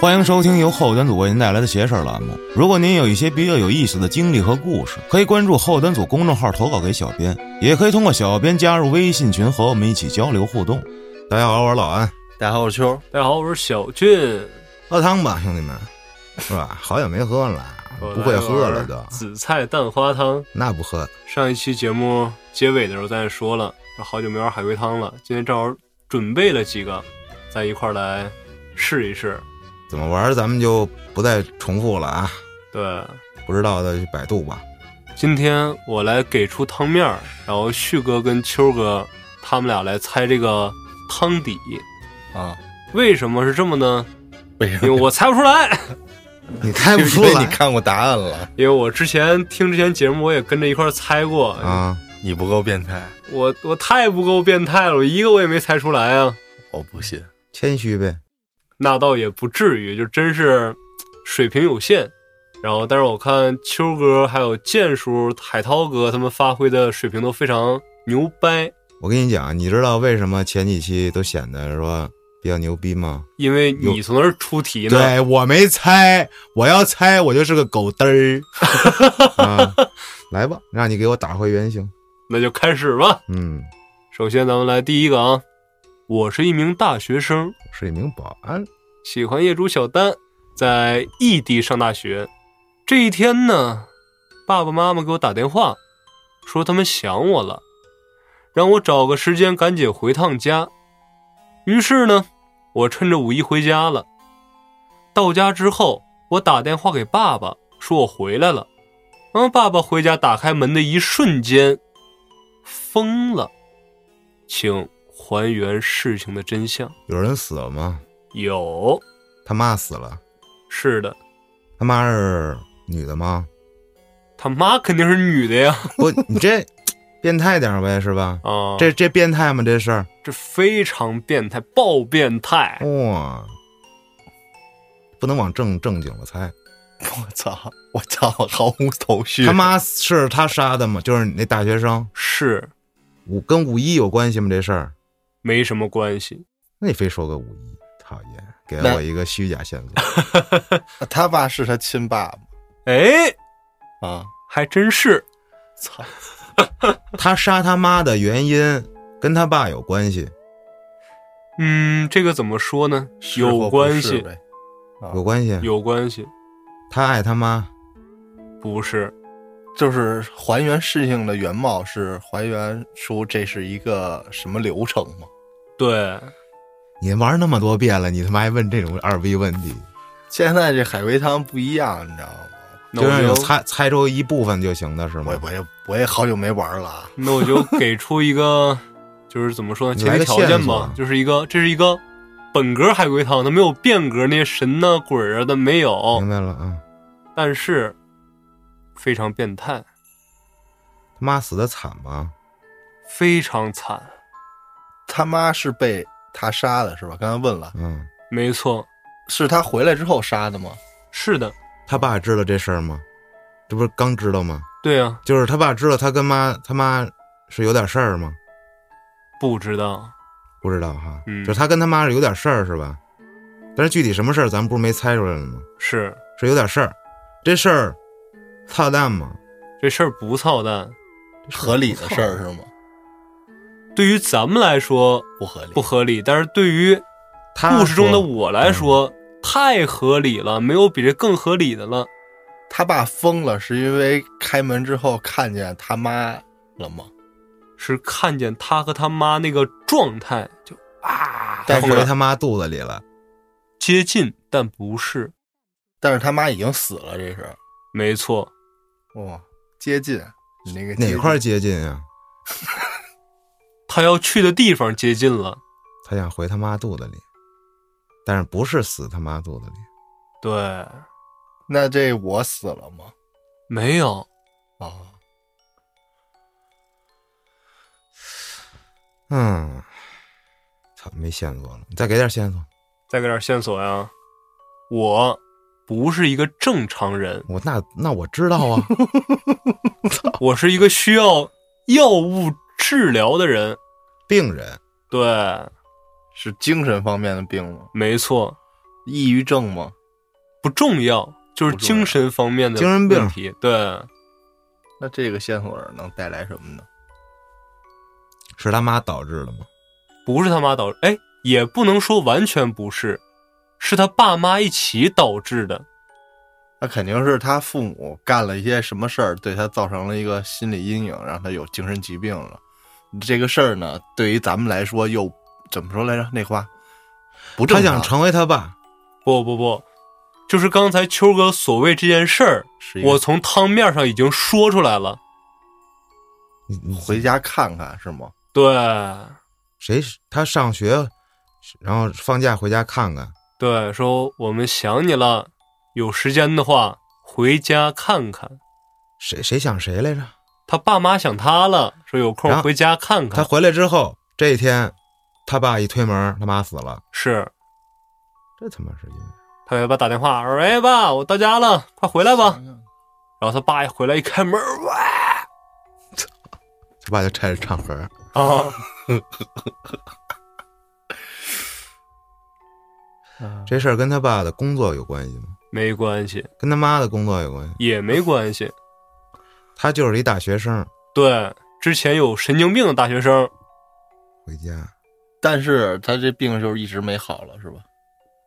欢迎收听由后端组为您带来的“邪事儿”栏目。如果您有一些比较有意思的经历和故事，可以关注后端组公众号投稿给小编，也可以通过小编加入微信群和我们一起交流互动。大家好，我是老安，大家好，我是秋。大家好，我是小俊，喝汤吧，兄弟 们，是吧？好久没喝了，我不会来喝玩了就，紫菜蛋花汤。那不喝。上一期节目结尾的时候，咱也说了，好久没玩海龟汤了。今天正好准备了几个，咱一块儿来试一试。怎么玩咱们就不再重复了啊！对，不知道的去百度吧。今天我来给出汤面儿，然后旭哥跟秋哥他们俩来猜这个汤底。啊，为什么是这么呢？为什因为我猜不出来，你猜不出因为你来看过答案了，因为我之前听之前节目我也跟着一块儿猜过，啊？你不够变态，我我太不够变态了，我一个我也没猜出来啊。我不信。谦虚呗。那倒也不至于，就真是水平有限。然后，但是我看秋哥还有剑叔、海涛哥他们发挥的水平都非常牛掰，我跟你讲，你知道为什么前几期都显得说比较牛逼吗？因为你从那儿出题呢。对我没猜，我要猜我就是个狗嘚儿。啊，来吧，让你给我打回原形。那就开始吧。嗯，首先，咱们来第一个啊，我是一名大学生，是一名保安。喜欢业主小丹，在异地上大学。这一天呢，爸爸妈妈给我打电话，说他们想我了，让我找个时间赶紧回趟家。于是呢，我趁着五一回家了。到家之后，我打电话给爸爸，说我回来了。当爸爸回家打开门的一瞬间，疯了。请还原事情的真相。有人死了吗？有，他妈死了，是的，他妈是女的吗？他妈肯定是女的呀！不，你这变态点儿呗，是 吧？啊，这这变态吗？这事儿，这非常变态，爆变态！哇、不能往正正经了猜。我操！我操！毫无头绪。他妈是他杀的吗？就是你那大学生，是五跟五一有关系吗？这事儿，没什么关系，那你非说个五一，讨厌，给了那我一个虚假线索。 啊他爸是他亲爸哎，爸啊！还真是操！他杀他妈的原因跟他爸有关系，嗯，这个怎么说呢？是有或不关是系，呗有关系。有关系，他爱他妈，不是就是还原事情的原貌，是还原出这是一个什么流程吗？对，你玩那么多遍了，你他妈还问这种二逼问题，现在这海龟汤不一样，你知道吗？那就让我你就猜猜出一部分就行的是我吗也？我也我也好久没玩了啊，那我就给出一个，就是怎么说呢？你前来提个条线件索吧，就是一个，这是一个本格海龟汤，它没有变格那些神呐、鬼儿啊的没嗯有明，白了啊，但是非常变态，他妈死的惨吗？非常惨。他妈是被他杀的是吧？刚才问了，嗯，没错，是他回来之后杀的吗？是的，他爸知道这事儿吗？这不是刚知道吗？对啊，就是他爸知道他跟妈他妈是有点事儿吗？不知道，不知道哈，嗯就是他跟他妈是有点事儿是吧？但是具体什么事儿咱们不是没猜出来了吗？是是有点事儿，这事儿操蛋吗？这事儿不操蛋。合理的 事儿是吗？对于咱们来说不合理，不合理，但是对于他故事中的说我来说，太合理了，没有比这更合理的了。他爸疯了，是因为开门之后看见他妈了吗？是看见他和他妈那个状态，就啊，带但回是他妈肚子里了。接近，但不是，但是他妈已经死了，这是没错，哇、接近你那个接哪近块儿接近啊？他要去的地方接近了，他想回他妈肚子里，但是不是死他妈肚子里？对，那这我死了吗？没有，啊，嗯，操，没线索了，你再给点线索。再给点线索呀，我不是一个正常人，我那那我知道啊，我是一个需要药物治疗的人，病人对，是精神方面的病吗？没错，抑郁症吗？不重要，就是不重要精神方面的精神病问题。对，那这个线索能带来什么呢？是他妈导致的吗？不是他妈导致，哎，也不能说完全不是，是他爸妈一起导致的。那肯定是他父母干了一些什么事儿，对他造成了一个心理阴影，让他有精神疾病了。这个事儿呢，对于咱们来说又怎么说来着？那话不正他常想成为他爸，不不不，就是刚才秋哥所谓这件事儿，是一个我从汤面上已经说出来了。你你回家看看是吗？对谁他上学，然后放假回家看看。对，说我们想你了，有时间的话回家看看。谁谁想谁来着？他爸妈想他了，说有然空后回家看他看。回来之后，这一天，他爸一推门，他妈死了。是这他妈是因为他给爸打电话，喂爸，我到家了，快回来吧。然后他爸一回来一开门，哇他爸就拆着唱盒。啊！啊，这事儿跟他爸的工作有关系吗？没关系，跟他妈的工作有关系？也没关系。他就是一大学生，对，之前有神经病的大学生，回家但是他这病就是一直没好了，是吧？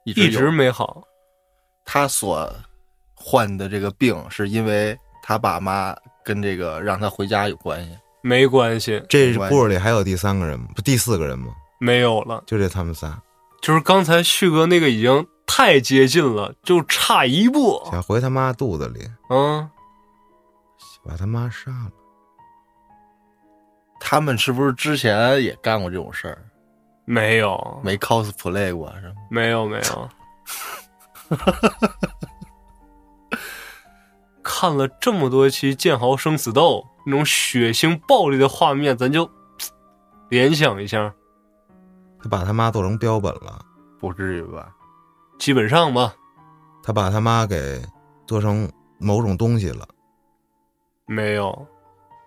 一直一一直没好。他所患的这个病，是因为他爸妈跟这个让他回家有关系。没关系，这有关系故事里还有第三个人吗？不，第四个人吗？没有了。就这他们仨。就是刚才旭哥那个已经太接近了，就差一步。哦想回他妈肚子里，嗯，把他妈杀了。他们是不是之前也干过这种事儿？没有，没 cosplay 过是吗？没有，没有。看了这么多期《剑豪生死斗》，那种血腥暴力的画面，咱就联想一下，他把他妈做成标本了，不至于吧？基本上吧，他把他妈给做成某种东西了，没有。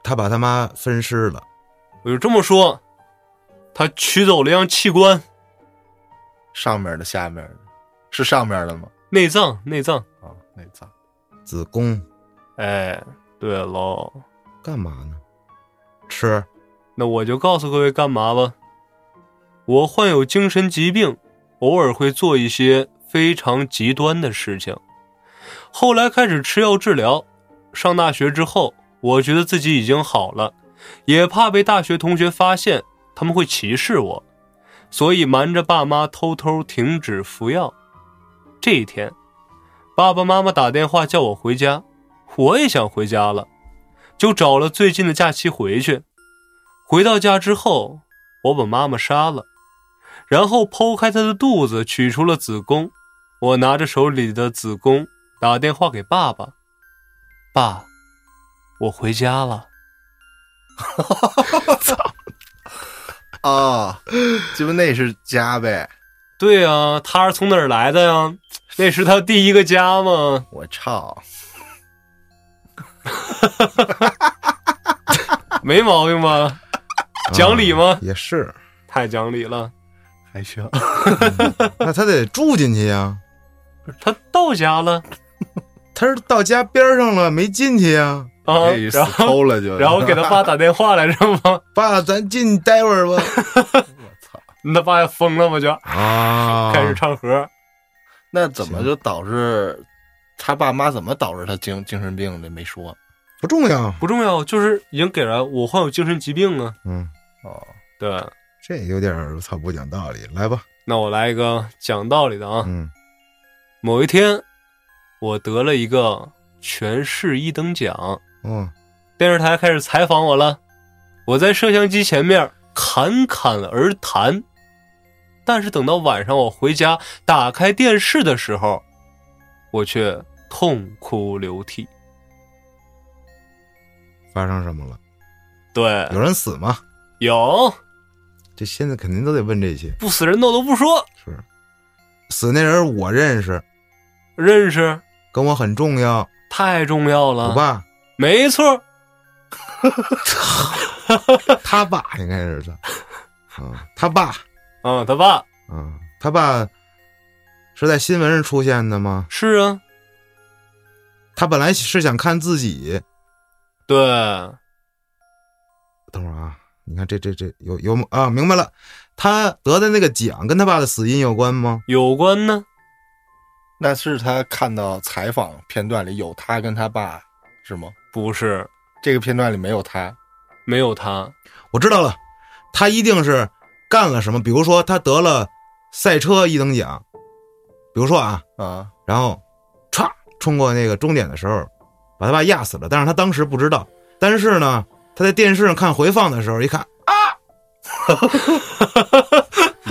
他把他妈分尸了，我就这么说，他取走了一样器官，上面的、下面的，是上面的吗？内脏，内脏。啊，内脏。子宫哎，对喽，干嘛呢？吃那我就告诉各位干嘛吧。我患有精神疾病，偶尔会做一些非常极端的事情。后来开始吃药治疗。上大学之后，我觉得自己已经好了，也怕被大学同学发现，他们会歧视我，所以瞒着爸妈偷偷停止服药。这一天，爸爸妈妈打电话叫我回家，我也想回家了，就找了最近的假期回去。回到家之后，我把妈妈杀了，然后剖开她的肚子，取出了子宫。我拿着手里的子宫打电话给爸爸：“爸，我回家了。啊，就那是家呗。”对啊，他是从哪儿来的 呀？那是他第一个家吗？我操，没毛 病吧？讲理吗啊也是，太讲理了。还行。那他得住进去呀。他到家了他是到家边上了没进去呀，啊可以，死然后抠了就。然后 给 他爸打电话来着吗？爸，咱进待会儿吧。他爸也疯了吗？就 啊，开始唱和。那怎么就导致他爸妈怎么导致他精精神病的没说？不重要，不重要，就是已经给了我患有精神疾病啊。嗯，哦，对，这有点儿操不讲道理。来吧，那我来一个讲道理的啊。嗯，某一天，我得了一个全市一等奖，哦，电视台开始采访我了。我在摄像机前面侃侃而谈，但是等到晚上我回家打开电视的时候，我却痛哭流涕。发生什么了？对，有人死吗？有这现在肯定都得问这些，不死人的我都不说，是死那人我认识，认识跟我很重要，太重要我了。爸，没错，他爸应该是 他，啊，他爸，嗯，他爸啊，他爸是在新闻上出现的吗？是啊，他本来是想看自己，对，等会儿啊，你看这这这有有啊，明白了，他得的那个奖跟他爸的死因有关吗？有关呢，那是他看到采访片段里有他跟他爸，是吗？不是这个片段里没有他，没有他，我知道了，他一定是干了什么，比如说他得了赛车一等奖，比如说啊，啊，然后歘冲过那个终点的时候，把他爸压死了，但是他当时不知道，但是呢，他在电视上看回放的时候一看，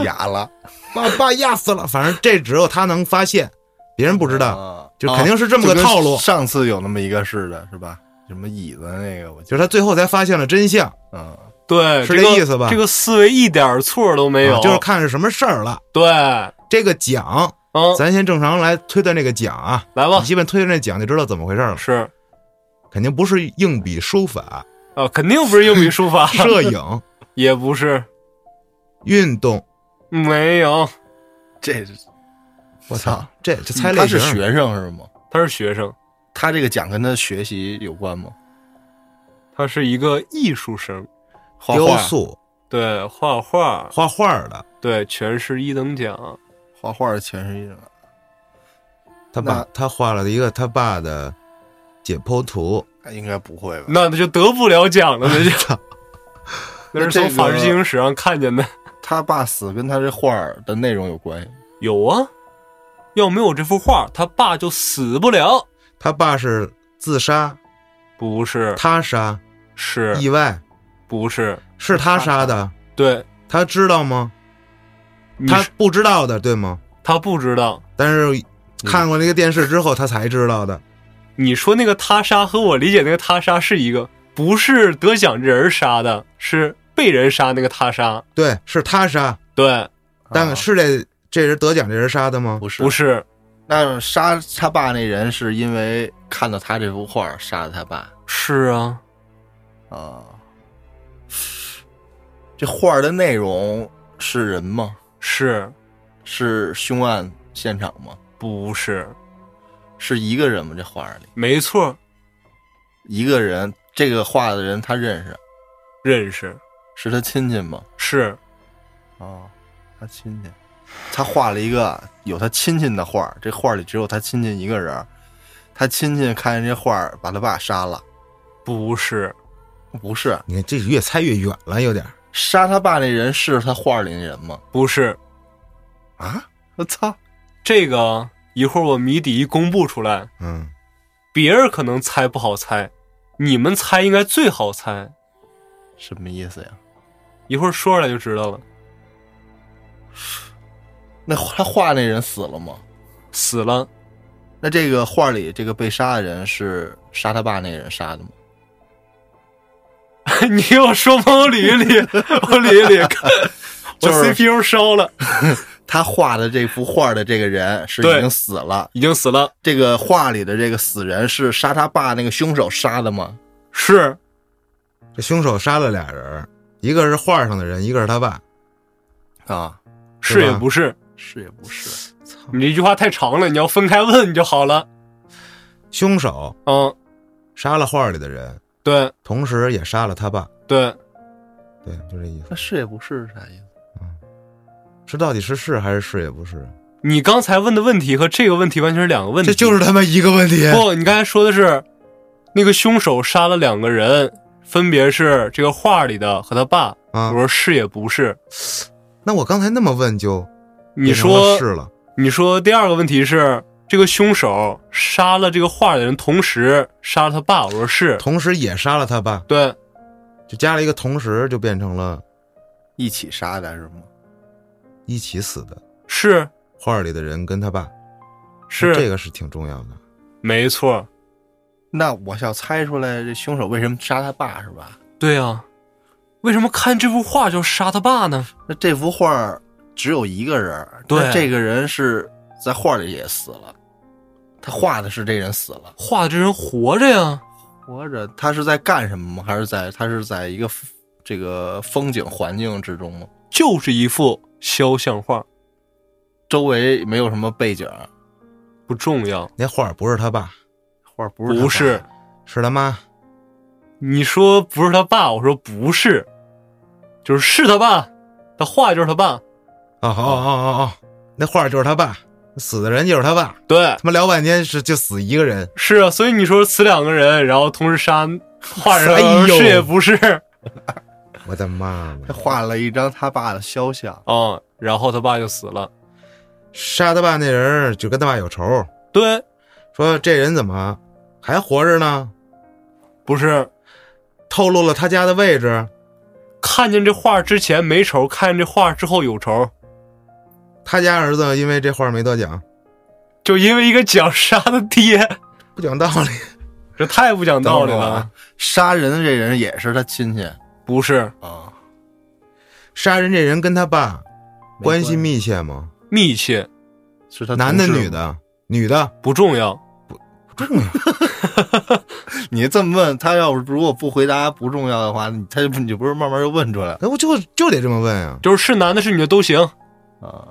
哑了，把我爸压死了，反正这只有他能发现，别人不知道，啊就肯定是这么个啊就跟套路上次有那么一个似的，是吧？什么椅子那个，我记就是他最后才发现了真相，得，嗯，对，是这这个意思吧这个思维一点错都没有，啊就是看是什么事儿了。对，这个奖，嗯，咱先正常来推断这个奖啊，来吧你，基本推断这奖就知道怎么回事了，是肯定不是硬笔书法、啊，肯定不是硬笔 书法，摄影、也不是，运动。没有，这是我操，这这猜类嗯他型是学生是吗？他是学生，他这个奖跟他学习有关吗？他是一个艺术生，画雕画，塑、对，画画，画画的，对，全市一等奖，画画全是一人，他爸那他画了一个他爸的解剖图。哎应该不会吧？那他就得不了奖了，那就操，那是这从个法制进行史上看见的。他爸死跟他这画儿的内容有关系，有啊，要没有这幅画，他爸就死不了。他爸是自杀、不是，他杀、是意外，不是？是他杀的，对，他知道吗？你他是嗯不知道的，对吗？他不知道。但是看过那个电视之后，他才知道的。你说那个他杀和我理解那个他杀是一个，不是得奖人杀的，是被人杀那个他杀。对，是他杀，对，啊但是这这人得奖这人杀的吗？不是不是，那杀他爸那人是因为看到他这幅画儿杀的他爸是啊，啊。这画儿的内容是人吗？是是凶案现场吗？不是？是一个人吗？这画儿里没错，一个人，这个画的人他认识，认识是他亲戚吗？是哦，他亲戚，他画了一个有他亲戚的画儿，这画儿里只有他亲戚一个人儿。他亲戚看见这画儿，把他爸杀了，不是？不是你看这越猜越远了，有点儿。杀他爸那人是他画儿里那人吗？不是啊！我操！这个，一会儿我谜底一公布出来，嗯，别人可能猜不好猜，你们猜应该最好猜。什么意思呀？一会儿说出来就知道了。那他画那人死了吗？死了，那这个画里这个被杀的人是杀他爸那人杀的吗？ 你给我说帮我捋一捋，我捋一捋，看我就是 CPU 烧了，他画的这幅画的这个人是对已经死了，已经死了，这个画里的这个死人是杀他爸那个凶手杀的吗？是这凶手杀了俩人儿，一个是画上的人，一个是他爸。啊，是是吧也不是？是也不是？你这句话太长了，你要分开问就好了。凶手嗯，杀了画里的人，对同时也杀了他爸。对，对，就这意思。那是也不是是啥意思？这到底是是还是是也不是？你刚才问的问题和这个问题完全是两个问题。这就是他妈一个问题。不，你刚才说的是那个凶手杀了两个人，分别是这个画里的和他爸。啊我，说是也不是，那我刚才那么问就你变成说了是了，你说第二个问题是，这个凶手杀了这个画的人，同时杀了他爸。我说是，同时也杀了他爸，对，就加了一个同时，就变成了一起杀的是吗？一起死的是画里的人跟他爸。是，这个是挺重要的。没错，那我要猜出来这凶手为什么杀他爸是吧？对啊。为什么看这幅画就杀他爸呢？那这幅画只有一个人儿，对那这个人是在画里也死了，他画的是这人死了，画的这人活着呀，活着，他是在干什么吗？还是在他是在一个 f- 这个风景环境之中吗？就是一幅肖像画。周围没有什么背景，不重要。那画儿不是他爸，画不是他不是爸，是他妈。你说不是他爸，我说不是，就是是他爸，他画就是他爸。哦哦哦哦哦，那画儿就是他爸，死的人就是他爸。对，他妈聊半天是就死一个人，是啊，所以你说死两个人，然后同时杀画人，哎呦是也不是我的妈妈！画了一张他爸的肖像，嗯，然后他爸就死了。杀他爸那人儿就跟他爸有仇，对，说这人怎么还活着呢？不是透露了他家的位置，看见这画之前没仇，看见这画之后有仇，他家儿子因为这画没得奖，就因为一个讲杀的爹，不讲道理。 这太不讲道理等会儿了啊。杀人的这人也是他亲戚不是啊，杀人这人跟他爸没关关系密切吗？密切是他男的同事女？的？女的不重要，不重要。你这么问他，要是如果不回答不重要的话，你他就你就不是慢慢就问出来了哎，我就就得这么问啊。就是是男的是女的都行，啊？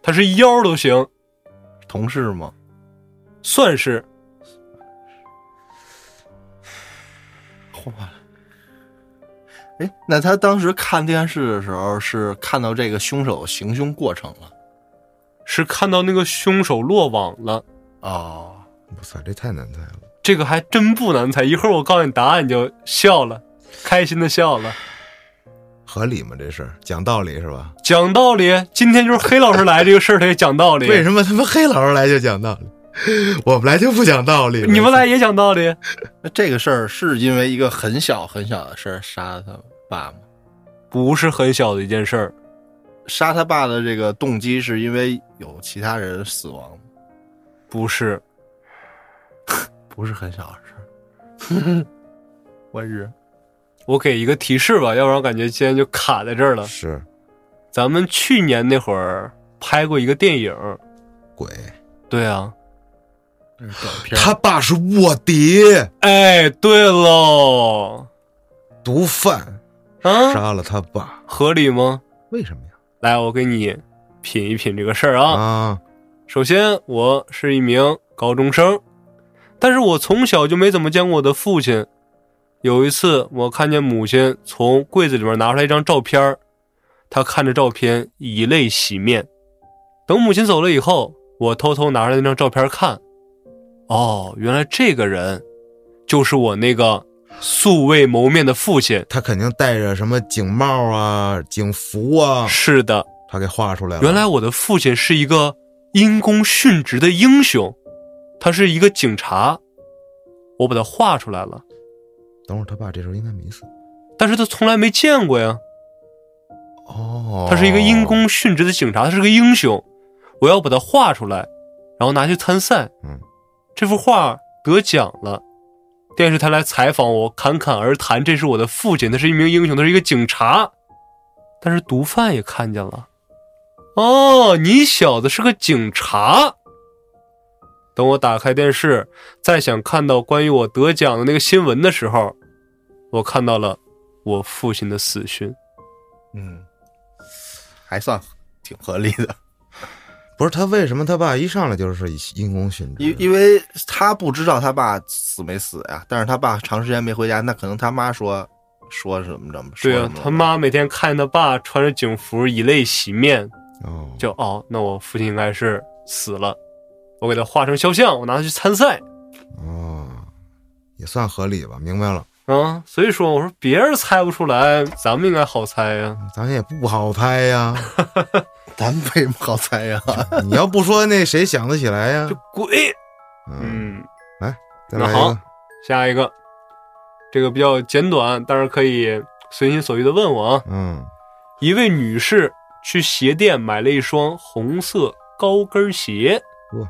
他是妖都行，同事吗？算是画了。哎，那他当时看电视的时候是看到这个凶手行凶过程了是看到那个凶手落网了，哦，我操，这太难猜了。这个还真不难猜。一会儿我告诉你答案，你就笑了，开心的笑了。合理吗？这事儿讲道理是吧？讲道理，今天就是黑老师 来这个事儿，他也讲道理。为什么他妈黑老师来就讲道理， 我们来就不讲道理了？你们来也讲道理？那这个事儿是因为一个很小很小的事儿杀他爸吗？不是很小的一件事儿，杀他爸的这个动机是因为有其他人死亡吗，不是不是很小的事儿。 我日，我给一个提示吧，要不然我感觉今天就卡在这儿了。是咱们去年那会儿拍过一个电影，鬼，对啊，这是短片儿他爸是卧底、哎，对喽，毒贩，啊，杀了他爸，合理吗？为什么呀？来，我给你品一品这个事儿啊。啊，首先，我是一名高中生，但是我从小就没怎么见过我的父亲。有一次，我看见母亲从柜子里面拿出来一张照片儿，她看着照片以泪洗面。等母亲走了以后，我偷偷拿出来那张照片看，哦，原来这个人就是我那个素未谋面的父亲。他肯定戴着什么警帽啊、警服啊，是的，他给画出来了。原来我的父亲是一个因公殉职的英雄，他是一个警察，我把他画出来了，等会儿他爸这时候应该没死。但是他从来没见过呀。哦，他是一个因，公殉职的警察，他是个英雄，我要把他画出来，然后拿去参赛。嗯，这幅画得奖了，电视台来采访我，侃侃而谈，这是我的父亲，他是一名英雄，他是一个警察，但是毒贩也看见了。哦，你小子是个警察。等我打开电视，再想看到关于我得奖的那个新闻的时候，我看到了我父亲的死讯。嗯，还算挺合理的，不是他为什么他爸一上来就是因公殉因职？因为他不知道他爸死没死呀、但是他爸长时间没回家，那可能他妈说说什么怎么说对什啊么，了他妈每天看他爸穿着警服以泪洗面，哦，就哦，那我父亲应该是死了。我给他画成肖像，我拿他去参赛哦，也算合理吧，明白了。啊。所以说，我说别人猜不出来，咱们应该好猜呀、咱也不好拍呀，咱们为什么好猜呀、 你要不说那谁想得起来呀这？鬼，嗯，嗯，再来一那好个。下一个，这个比较简短，但是可以随心所欲的问我啊。嗯，一位女士去鞋店买了一双红色高跟鞋哇，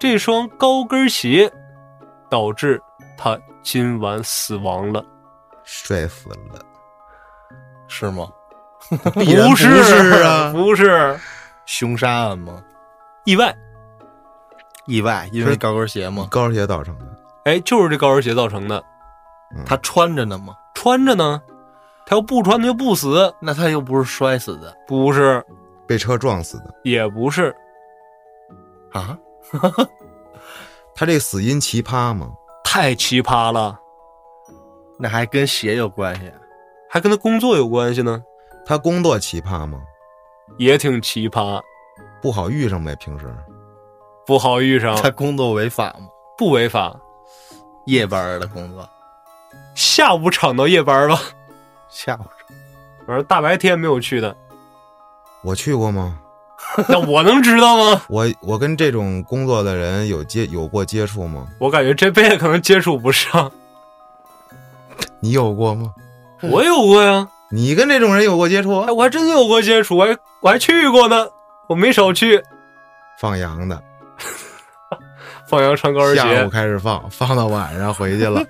这双高跟鞋导致她今晚死亡了。摔死了， 是吗？必然不是是啊 不是凶杀案吗？意外，意外，因为是高跟鞋吗？高跟鞋造成的。哎，就是这高跟鞋造成的。他穿着呢吗？穿着呢，她要不穿她就不死，那他又不是摔死的，不是被车撞死的。也不是，啊，他这死因奇葩吗？太奇葩了，那还跟鞋有关系？啊还跟他工作有关系呢，他工作奇葩吗？也挺奇葩，不好遇上呗，平时。不好遇上，他工作违法吗？不违法，夜班的工作，下午抢到夜班吧，下午反正大白天没有去的，我去过吗？ 那我能知道吗？我我跟这种工作的人有接有过接触吗？我感觉这辈子可能接触 不上，你有过吗？我有过呀，你跟这种人有过接触啊哎，？我还真有过接触，我还我还去过呢，我没少去，放羊的，放羊穿高跟下鞋午，开始放，放到晚上回去了，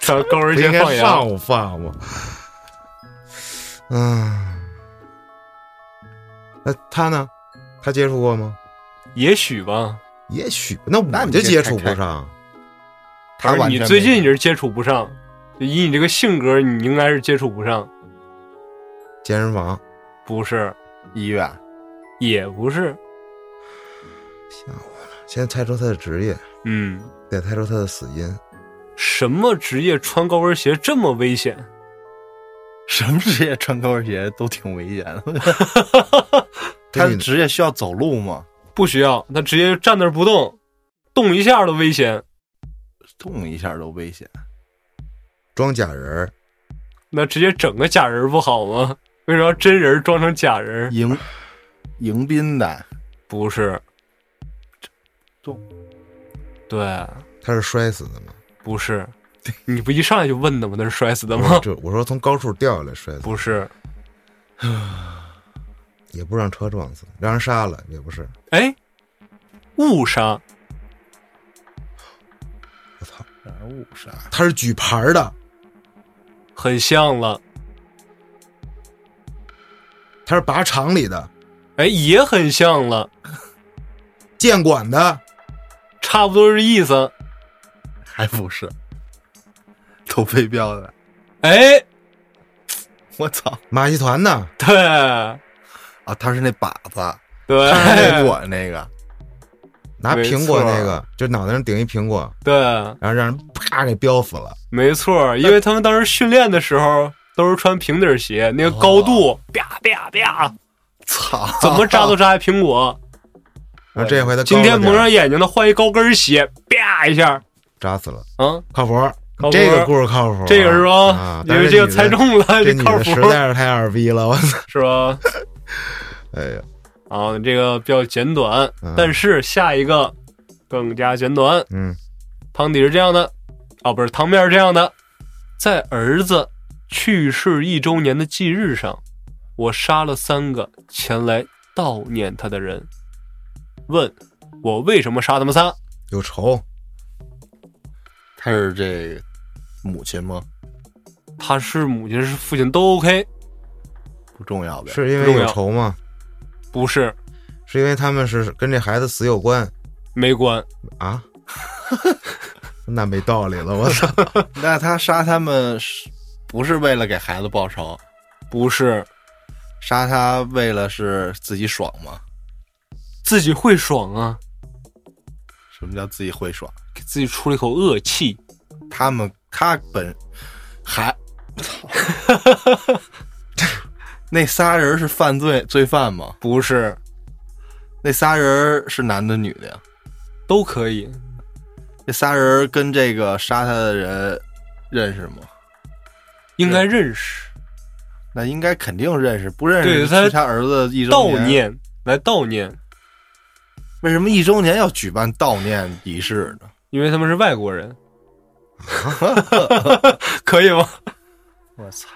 穿高不跟应鞋放该羊上，午放吗？嗯，那他呢？他接触过吗？也许吧，也许，那那我你就这接太触开不上。他而完你全最没近你是接触不上，就以你这个性格，你应该是接触不上，健身房，不是，医院，也不是，先猜出他的职业，嗯。再猜出他的死因。什么职业穿高跟鞋这么危险？什么职业穿高跟鞋都挺危险 的。这他的女职业需要走路吗？不需要，他直接站那儿不动，动一下都危险。动一下都危险。装假人儿，那直接整个假人不好吗？为什么要真人装成假人？迎迎宾的，不是，动，对，他是摔死的吗？不是。 你不一上来就问的吗？那是摔死的我吗？这我说从高处掉下来摔死，不是。也不是让车撞死，让人杀了也不是。哎，误杀我操，然后哎误杀，他是举牌儿的，很像了，他是靶场里的，哎，也很像了，监管的，差不多是意思。还不是都飞镖的。哎，我操马戏团的，对啊！他是那靶子，对他是那我那个，拿没苹果错那个，就脑袋上顶一苹果，对，然后让人啪给飙死了。没错，因为他们当时训练的时候都是穿平底鞋，那个高度啪啪啪，操！怎么扎都扎一苹果。然后这回他今高天了蒙点儿上眼睛的换一高跟鞋，啪一下，扎死了，啊，靠谱。靠谱这个故事靠谱，这个是吧啊？，因但为是这个女的猜中了，这女靠的谱实在是太二逼了，我操！是吧？哎呀，啊，这个比较简短嗯，但是下一个更加简短。嗯，汤底是这样的，啊，不是汤面是这样的，在儿子去世一周年的忌日上，我杀了三个前来悼念他的人。问我为什么杀他们仨？有仇，他是这母亲吗？他是母亲是父亲都 OK，不重要呗。是因为不重有要仇吗？不是是因为他们是跟这孩子死有关没关，啊？ 那没道理了，我操！那他杀他们是不是为了给孩子报仇？不是杀他为了是自己爽吗？自己会爽啊，什么叫自己会爽？给自己出了一口恶气。他们他本 还，操，那仨人是犯罪罪犯吗？不是那仨人是男的女的呀？都可以，那仨人跟这个杀他的人认识吗？应该认识那应该肯定认识，不认识对就去他他儿子一周悼念来悼念，为什么一周年要举办悼念仪式呢？因为他们是外国人， 可以吗？我操！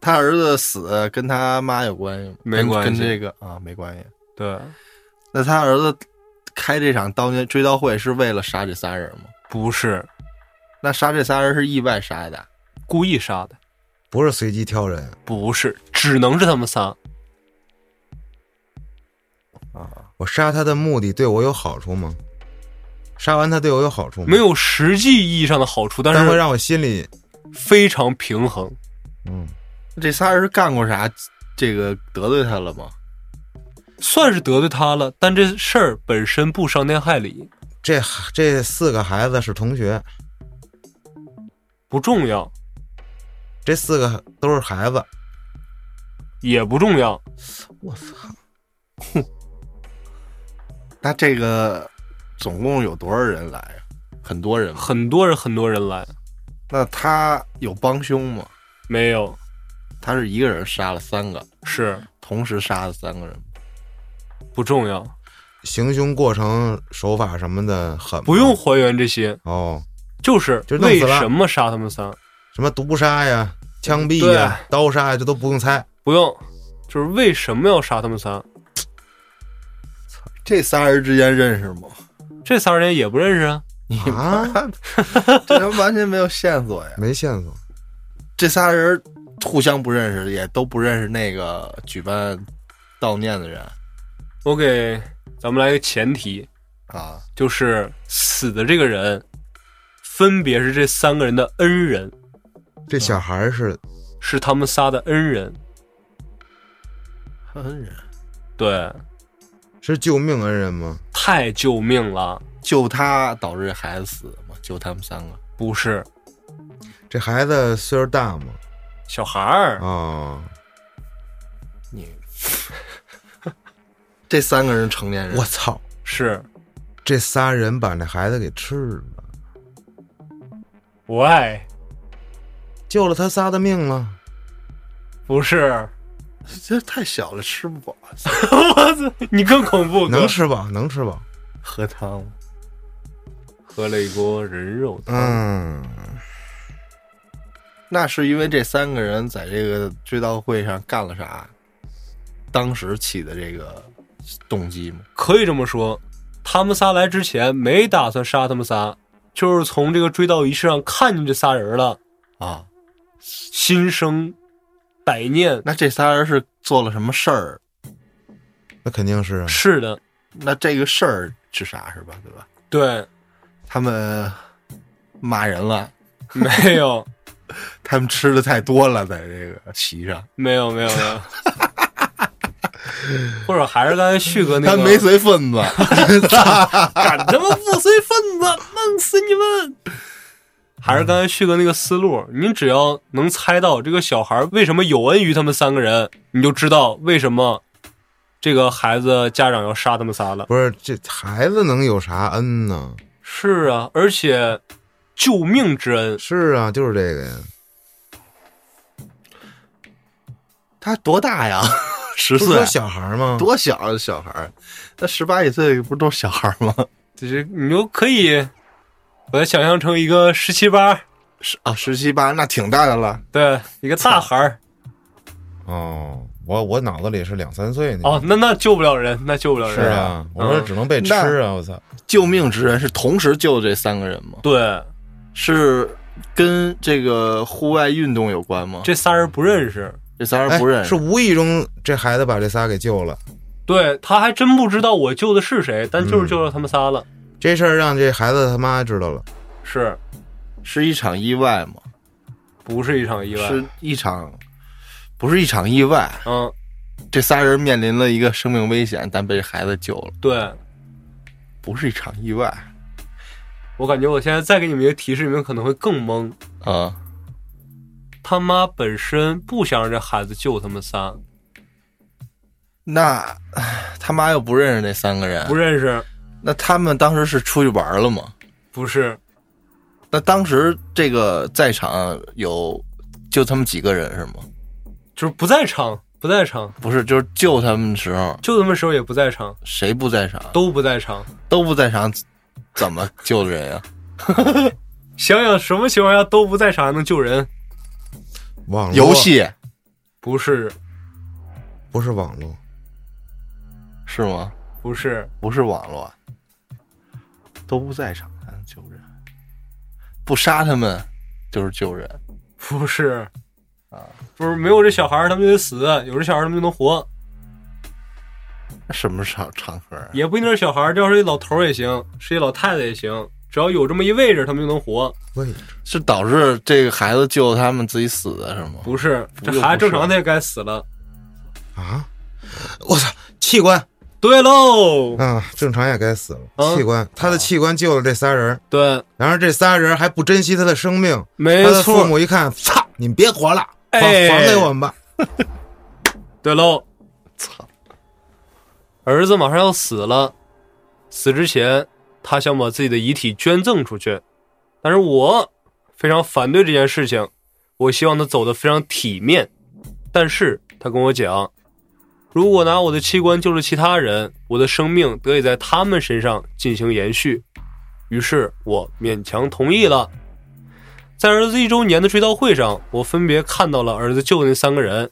他儿子死跟他妈有关系吗？没跟关系跟这个啊没关系。对，那他儿子开这场悼念追悼会是为了杀这仨人吗？不是那杀这仨人是意外杀的，故意杀的，不是随机挑人，不是，只能是他们仨。我杀他的目的对我有好处吗？杀完他对我有好处吗？没，有实际意义上的好处，但但会是让我心里，非常平衡。嗯，这仨人干过啥？这个得罪他了吗？算是得罪他了，但这事儿本身不伤天害理，这这四个孩子是同学，不重要，这四个都是孩子。也不重要。我操！那这个总共有多少人来啊？很多人吧。很多人很多人来，那他有帮凶吗？没有，他是一个人杀了三个，是同时杀了三个人。不重要，行凶过程、手法什么的很不用还原这些，哦，就是就弄为死了什么杀他们仨，什么毒杀呀、枪毙呀、刀杀呀，这都不用猜。不用，就是为什么要杀他们仨。这仨人之间认识吗？ 这仨人也不认识啊，啊，这人完全没有线索呀。没线索，这仨人互相不认识，也都不认识那个举办悼念的人我给咱们来个前提，啊。就是死的这个人，分别是这三个人的恩人，这小孩儿是是他们仨的恩人。恩人对，是救命恩人吗？太救命了，救他导致这孩子死的嘛？救他们三个，不是这孩子岁数大吗？小孩儿，哦，你 这三个人成年人，我操！是这仨人把那孩子给吃了，我爱，救了他仨的命了。不是，这太小了，吃不饱。我操，你更恐怖，能哥吃饱，能吃饱。喝汤喝了一锅人肉汤，嗯，那是因为这三个人在这个追悼会上干了啥？当时起的这个动机吗？可以这么说，他们仨来之前没打算杀他们仨，就是从这个追悼仪式上看见这仨人了，啊，心生歹念。那这仨人是做了什么事儿？那肯定是啊是的，那这个事儿是啥是吧？对吧？ 对，他们骂人了，没有，他们吃的太多了，在这个席上，没有，没有，没 有。或者还是刚才旭哥那他个，没随份 子， 敢他妈不随份子，弄死你们！还是刚才旭哥那个思路，你只要能猜到这个小孩为什么有恩于他们三个人，你就知道为什么这个孩子家长要杀他们仨了。不是这孩子能有啥恩呢？是啊，而且救命之恩，是啊，就是这个呀。他多大 呀？十不是岁啊说，小孩吗？ 多小啊小孩儿？那十八九岁不都是小孩儿吗？ 就是你就可以把它想象成一个十七八，十啊，十七八，那挺大的了。对，一个大孩儿。哦，我我脑子里是两三岁那种哦，嗯那那救不了人，那救不了人。嗯是啊，我说只能被吃啊！我操，救命之恩是同时救这三个人吗？对，是跟这个户外运动有关吗？这这仨人不认识，这仨人不认哎识是，无意中这孩子把这仨给救了。对，他还真不知道我救的是谁，但就是救了他们仨了。这事儿让这孩子他妈知道了，是是一场意外吗？不是一场意外？是一场，不是一场意外。嗯，这仨人面临了一个生命危险，但被孩子救了，对，不是一场意外我感觉我现在再给你们一个提示，你们可能会更懵。啊。他妈本身不想让这孩子救他们仨，那唉他妈又不认识那三个人，不认识，那他们当时是出去玩了吗？不是那当时这个在场有就他们几个人是吗？就是不在场，不在场，不是，就是救他们的时候救他们时候也不在场，谁不在场，都不在场。都不在场，怎么救的 人呀、想想什么情况下都不在场还能救人？网络游戏不是，不是网络，是吗？不是，不是网络，都不在场还能救人，不杀他们就是救人。不是，啊，不是没有这小孩儿他们就得死，有这小孩儿他们就能活，那什么场场合啊？也不一定是小孩儿，这要是一老头儿也行，是一老太太也行，只要有这么一位置，他们就能活。位置 是导致这个孩子救他们自己死的是吗？不是，又这不孩子正是常他也该死了。啊！我操，器官，对喽，啊，正常也该死啊了。器官，他的器官救了这仨人，对，然后这仨人还不珍惜他的生命，没他的父错，母一看，操，你们别活了，还哎还给我们吧。对喽，操，儿子马上要死了，死之前他想把自己的遗体捐赠出去，但是我非常反对这件事情，我希望他走得非常体面，但是他跟我讲，如果拿我的器官救了其他人，我的生命得以在他们身上进行延续，于是我勉强同意了。在儿子一周年的追悼会上，我分别看到了儿子救的那三个人，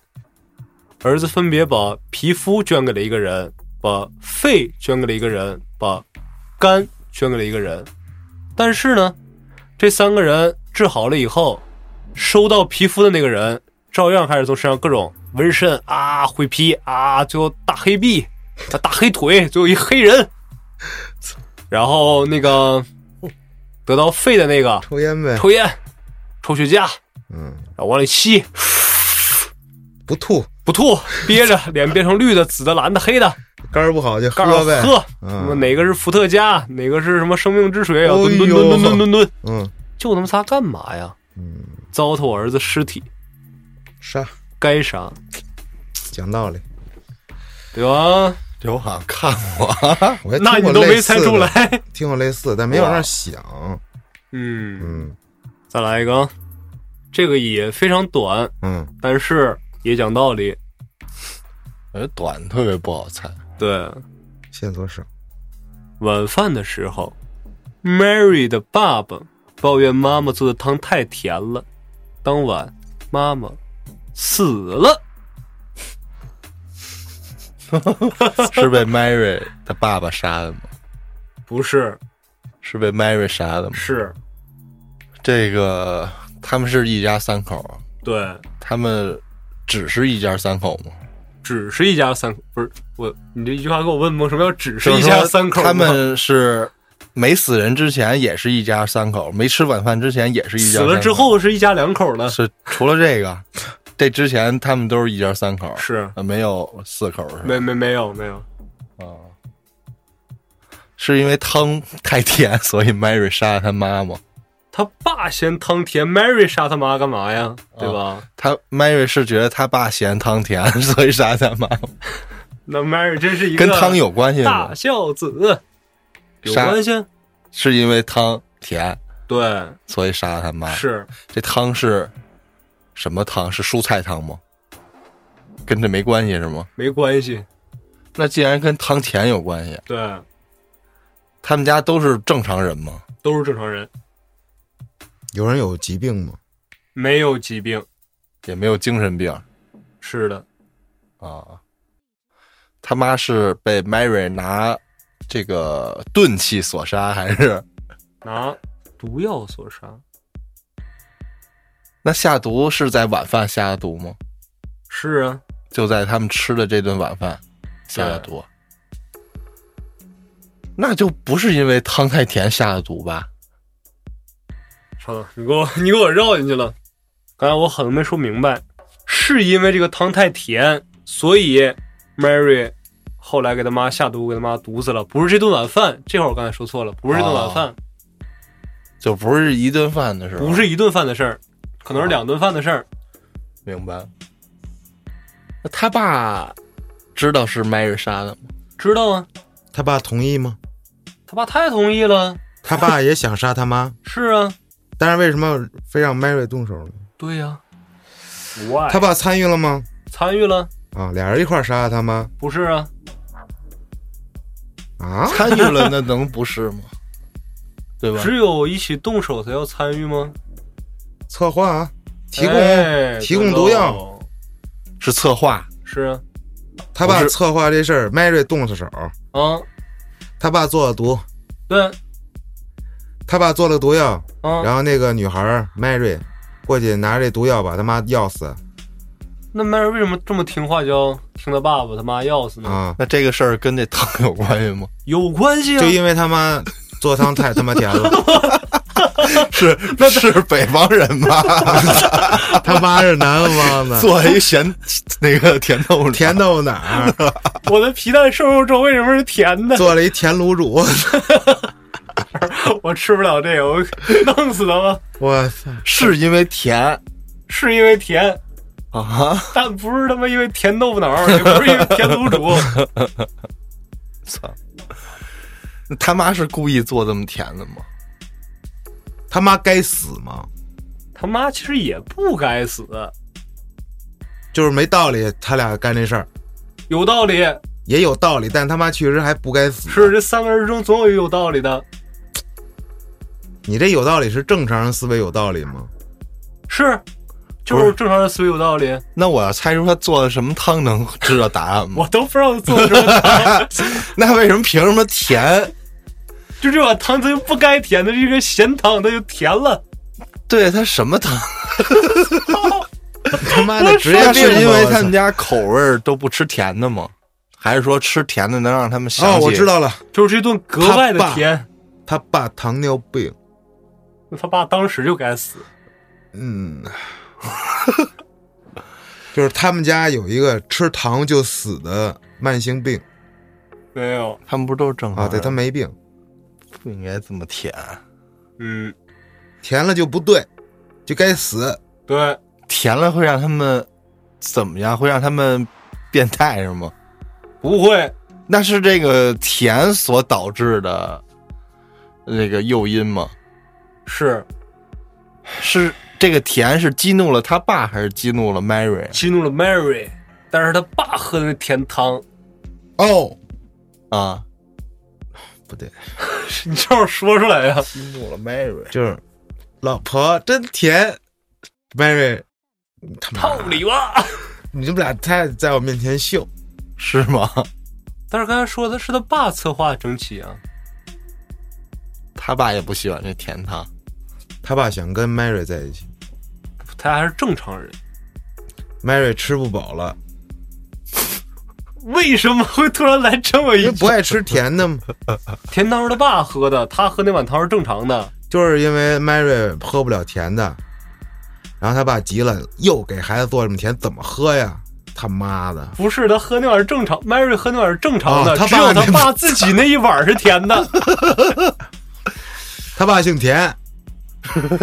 儿子分别把皮肤捐给了一个人，把肺捐给了一个人，把肝捐给了一个人。但是呢，这三个人治好了以后，收到皮肤的那个人照样开始从身上各种纹身啊、灰皮啊，最后大黑臂、啊大黑腿，最后一黑人。 然后那个得到肺的那个抽烟呗，抽烟、抽雪茄，嗯，然后往里吸，不吐，不吐，憋着，脸变成绿的、紫的、蓝的、黑的，肝儿不好就干儿喝呗，喝，什么嗯哪个是伏特加，哪个是什么生命之水，要啊哎呦吨吨吨吨吨吨吨，嗯就他妈仨干嘛呀？嗯，糟蹋我儿子尸体，杀，该杀，啊讲道理，对吧？这我好像看过，我也听那过你都没类似猜出的，来。听过类似，但没有哇那儿想，嗯，嗯再来一个啊，这个也非常短，嗯，但是也讲道理。我觉得短特别不好 猜。对，线索少，晚饭的时候，Mary 的爸爸抱怨妈妈做的汤太甜了。当晚，妈妈死了。是被 Mary 他爸爸杀的吗？不是，是被 Mary 杀的吗？是这个他们是一家三口啊，对，他们只是一家三口吗？只是一家三口，不是我，你这一句话给我问懵，什么叫只是就一说家三口吗？他们是没死人之前也是一家三口，没吃晚饭之前也是一家死三口。了之后是一家两口了，是除了这个，这之前他们都是一家三口，是呃没有四口是吧？没没没有没有，啊，是因为汤太甜，所以 Mary 杀了他妈吗？他爸嫌汤甜，Mary 杀他妈干嘛呀？对吧？他 Mary 是觉得他爸嫌汤甜， 所以杀他妈吗，那 Mary 真是一个跟汤有关系吗大？孝子，有杀关系？是因为汤甜，对，所以杀了他妈。是这汤是什么汤？是蔬菜汤吗？跟这没关系是吗？没关系，那既然跟汤甜有关系，对，他们家都是正常人吗？都是正常人，有人有疾病吗？没有疾病。也没有精神病是的，啊。他妈是被 Mary 拿这个钝器所杀，还是拿毒药所杀，那下毒是在晚饭下的毒吗？是啊，就在他们吃的这顿晚饭下的毒，那就不是因为汤太甜下的毒吧？稍等，你给我你给我绕进去了。刚才我很没说明白，是因为这个汤太甜，所以 Mary 后来给他妈下毒，给他妈毒死了。不是这顿晚饭，这会儿我刚才说错了，不是这顿晚饭，就不是一顿饭的事儿，不哦是一顿饭的事儿，可能是两顿饭的事儿。明白？那他爸知道是 Mary 杀的吗？知道啊，他爸同意吗？ 他爸太同意了。他爸也想杀他妈，是啊，但是为什么非让 Mary 动手呢？对呀、Why？他爸参与了吗？参与了？啊，俩人一块儿杀了他妈不是啊，啊？参与了，那能不是吗？对吧？只有一起动手才要参与吗？策划啊，提供、哎提供毒药，对喽是策划，是啊，他爸不是策划这事儿，Mary 动了手，啊，他爸做了毒，对，他爸做了毒药，啊，然后那个女孩儿 Mary 过去拿着这毒药把他妈药死那 Mary 为什么这么听话，就要听他爸爸他妈要死呢？啊，那这个事儿跟这汤有关系吗？有关系啊就，因为他妈做汤太他妈甜了，是是北方人吧？他妈是南方的， 做一咸那个甜豆甜豆奶儿，啊我的皮蛋瘦肉粥为什么是甜的？ 做了一甜卤煮，我吃不了这个，我 弄死他们！我操！是因为甜是因为甜，啊？但不是他妈因为甜豆腐脑儿，也不是因为甜卤 煮。操！那他妈是故意做这么甜的吗？他妈该死吗？他妈其实也不该死，就是没道理，他俩干这事儿有道理，也有道理，但他妈确实还不该死。是这三个人中总有一个有道理的。你这有道理是正常人思维有道理吗？是，就不是是正常人思维有道理。那我要猜出他做的什么汤能知道答案吗 我？都不知道我做的什么 汤，那为什么凭什么甜？就这碗汤它就不该甜的，这个咸汤它就甜了。对他什么汤？他妈的职业哎那病是因吧为我他们操家口味儿都不吃甜的吗？还是说吃甜的能让他们想哦，起？我知，道了，就是这顿格外的甜。他爸糖尿病。他爸当时就该死，嗯，就是他们家有一个吃糖就死的慢性病没有，他们不都是正常啊，对他们没病，不应该这么甜，嗯，甜了就不对，就该死。对，甜了会让他们怎么样？会让他们变态是吗？不会，那是这个甜所导致的那个诱因吗？是是这个甜是激怒了他爸，还是激怒了 Mary 激怒了 Mary，但是他爸喝的那甜汤，哦，啊？不对， 你这样说出来呀、激怒了 Mary。就是老婆真甜，Mary，你他妈套里吧。你这不俩太在我面前秀，是吗？但是刚才说的是他爸策划整起啊，他爸也不喜欢这甜汤，他爸想跟 Mary 在一起他还是正常人， ，Mary 吃不饱 了，为什么会突然来这么因一为不句？爱吃甜的嘛，甜汤是他爸喝的，他喝那碗汤是正常的，就是因为 Mary 喝不了甜的，然后他爸急了，又给孩子做这么甜，怎么喝呀？他妈的！不是他喝那碗是正常，Mary 喝那碗是正常的，哦他只爸有那啊他爸自己那一碗是甜 的。他爸姓 田，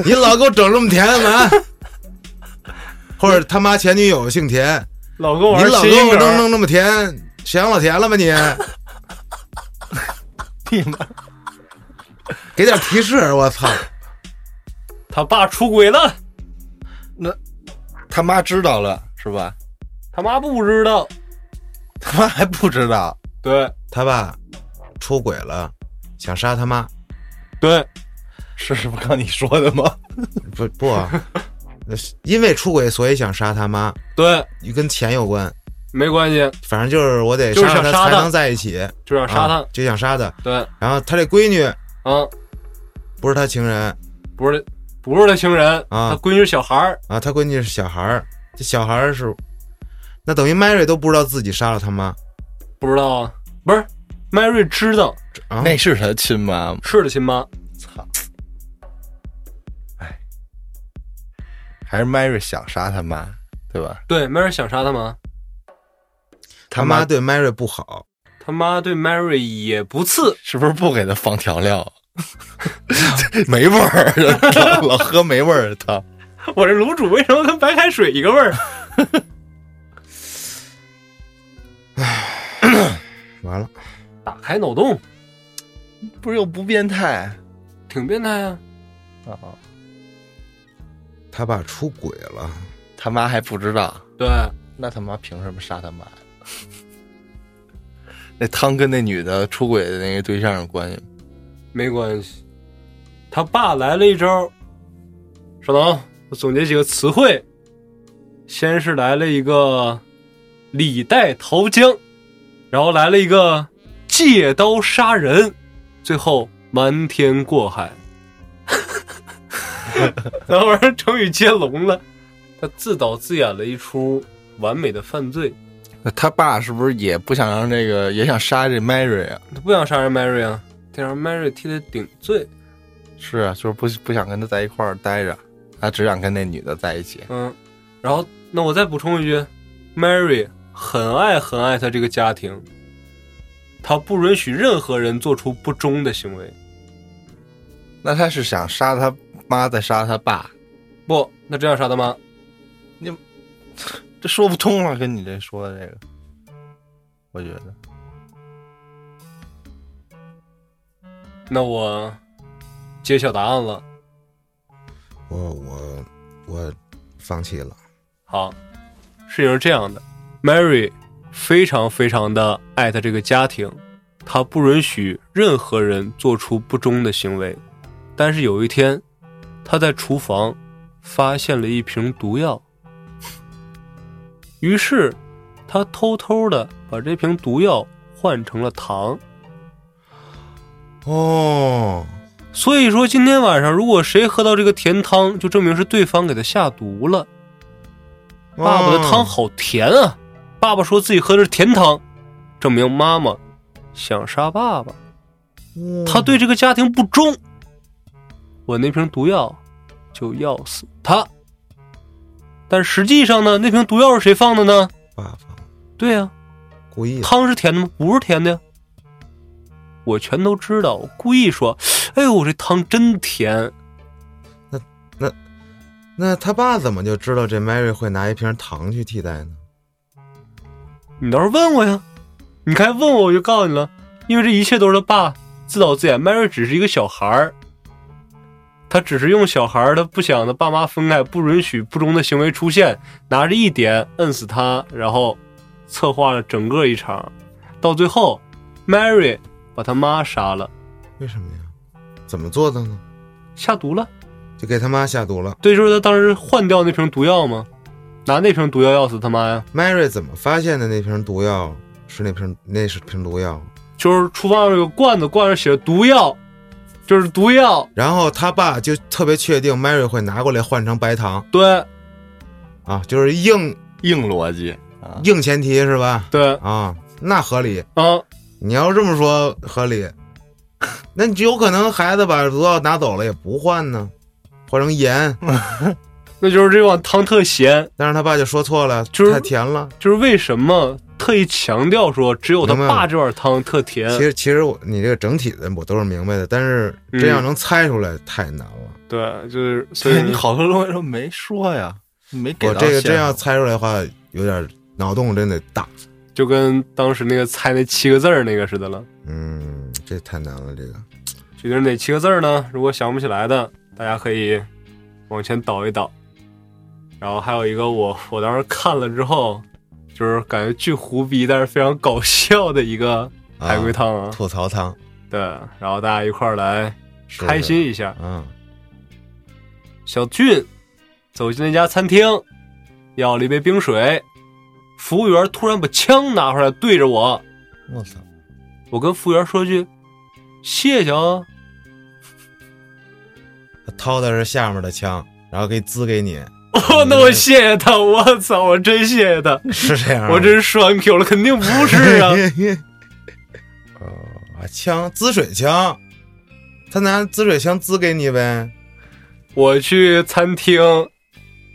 你老给我整这么甜干嘛？或者他妈前女友姓田，老跟我你玩老谐给音我弄梗，弄那么甜，想老甜了吧你？ 你妈给点提示，我操！他爸出轨了，他妈知道了是吧？他妈不知道。他妈还不知道，对他爸出轨了，想杀他妈，对，是不刚你说的吗？不不 啊，那是因为出轨所以想杀他妈，对，跟钱有关，没关系，反正就是我得就是杀了想他杀才他能在一起，就想杀他。啊就想杀他。对，然后他这闺女啊，不是他情人不是不是他情人，啊他闺女是小孩儿，啊，他闺女是小孩儿，这小孩儿是，那等于 Mary 都不知道自己杀了他妈不知道啊，不是 Mary 知道啊？那是他亲妈吗？是他亲妈，操！哎，还是 Mary 想杀他妈，对吧？对 Mary 想杀他妈，他妈对 Mary 不好，他妈对 Mary 也不次，是不是不给他放调料？ 没味儿，老喝没味儿的汤。 我这卤煮为什么跟白开水一个味儿？完了， 打开脑洞， 不是又不变态挺变态啊！啊？他爸出轨了，他妈还不知道，对，那他妈凭什么杀他 妈？那汤跟那女的出轨的那个对象有关系吗？没关系，他爸来了一招，稍等啊，我总结几个词汇，先是来了一个李代桃僵，然后来了一个借刀杀人，最后瞒天过海。 等会儿成语接龙了，他自导自演了一出完美的犯罪。那他爸是不是也不想让这个，也想杀这 Mary 啊？他不想杀人 Mary 啊，得让 Mary 替他顶罪。是啊，就是不不想跟他在一块儿待着，他只想跟那女的在一起。嗯，然后那我再补充一句，Mary 很爱很爱她这个家庭，她不允许任何人做出不忠的行为。那他是想杀他妈，再杀他爸，不，那这样杀他妈，这说不通了。跟你这说的这个，我觉得那我揭晓答案了。我我我放弃了。好，事情是这样的，Mary 非常非常的爱她这个家庭，她不允许任何人做出不忠的行为。但是有一天，她在厨房发现了一瓶毒药，于是她偷偷的把这瓶毒药换成了糖。哦，所以说，今天晚上如果谁喝到这个甜汤，就证明是对方给他下毒了。爸爸的汤哦好甜啊！爸爸说自己喝的是甜汤，证明妈妈想杀爸爸，嗯他对这个家庭不忠。我那瓶毒药就要死他，但实际上呢，那瓶毒药是谁放的呢？爸爸对呀、故意的汤是甜的吗？不是甜的呀。我全都知道，我故意说，哎呦，这汤真甜。那他爸怎么就知道这 Mary 会拿一瓶糖去替代呢？你倒是问我呀，你该问我，我就告诉你了，因为这一切都是他爸自导自演。Mary 只是一个小孩儿，他只是用小孩儿，他不想他爸妈分开，不允许不忠的行为出现，拿着一点摁死他，然后策划了整个一场，到最后，Mary 把他妈杀了，为什么呀？怎么做的呢？下毒了。就给他妈下毒了。对，就是他当时换掉那瓶毒药吗？拿那瓶毒药药死他妈呀！ Mary 怎么发现的那瓶毒药是那瓶那是瓶毒药？就是厨房有个罐子，罐上写着毒药，就是毒药。然后他爸就特别确定 Mary 会拿过来换成白糖对啊，就是硬硬逻辑啊，硬前提是吧？对啊，那合理。啊，你要这么说合理， 那你就有可能孩子把毒药拿走了也不换呢，换成盐。那就是这碗汤特咸，但是他爸就说错了，就是太甜了。就是为什么特意强调说只有他明白爸了这碗汤特甜。其实其实我你这个整体的我都是明白的，但是真要嗯能猜出来、太难了。对，就是所以 对你好多东西都没说呀，没给我到这个线真要猜出来的话，有点脑洞真得大。就跟当时那个猜那七个字儿那个似的了。嗯，这太难了，这个具体是哪七个字儿呢？如果想不起来的，大家可以往前倒一倒。然后还有一个我我当时看了之后，就是感觉巨胡逼，但是非常搞笑的一个啊海龟汤啊。吐槽汤，对，然后大家一块儿来是开心一下。啊！小俊走进那家餐厅，要了一杯冰水。服务员突然把枪拿出来对着我，我操，我跟服务员说句：“谢谢啊。他掏的是下面的枪，然后给滋给 你，哦”那我谢谢他，我操，我真谢谢他，是这样吗？我真是双 Q 了，肯定不是啊。 哦，啊枪滋水枪，他拿滋水枪滋给你呗。我去餐厅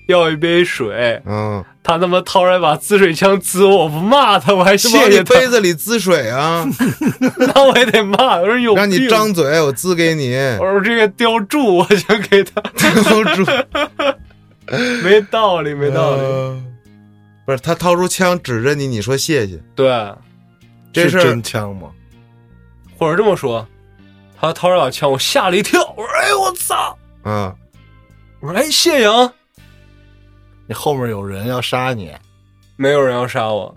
要一杯水，嗯，他他妈掏出来把滋水枪滋我，我不骂他，我还就往谢你谢他，杯子里滋水 啊，那我也得骂，我说有让你病张嘴，我滋给你。 我说这个雕柱，我想给他，掏出没道理，没道理。呃不是他掏出枪指着你，你说谢谢，对，这是事儿真枪吗？或者这么说，他掏出把枪，我吓了一跳，我说：“哎，我操！”啊，我说：“哎，谢阳，你后面有人要杀你，没有人要杀我，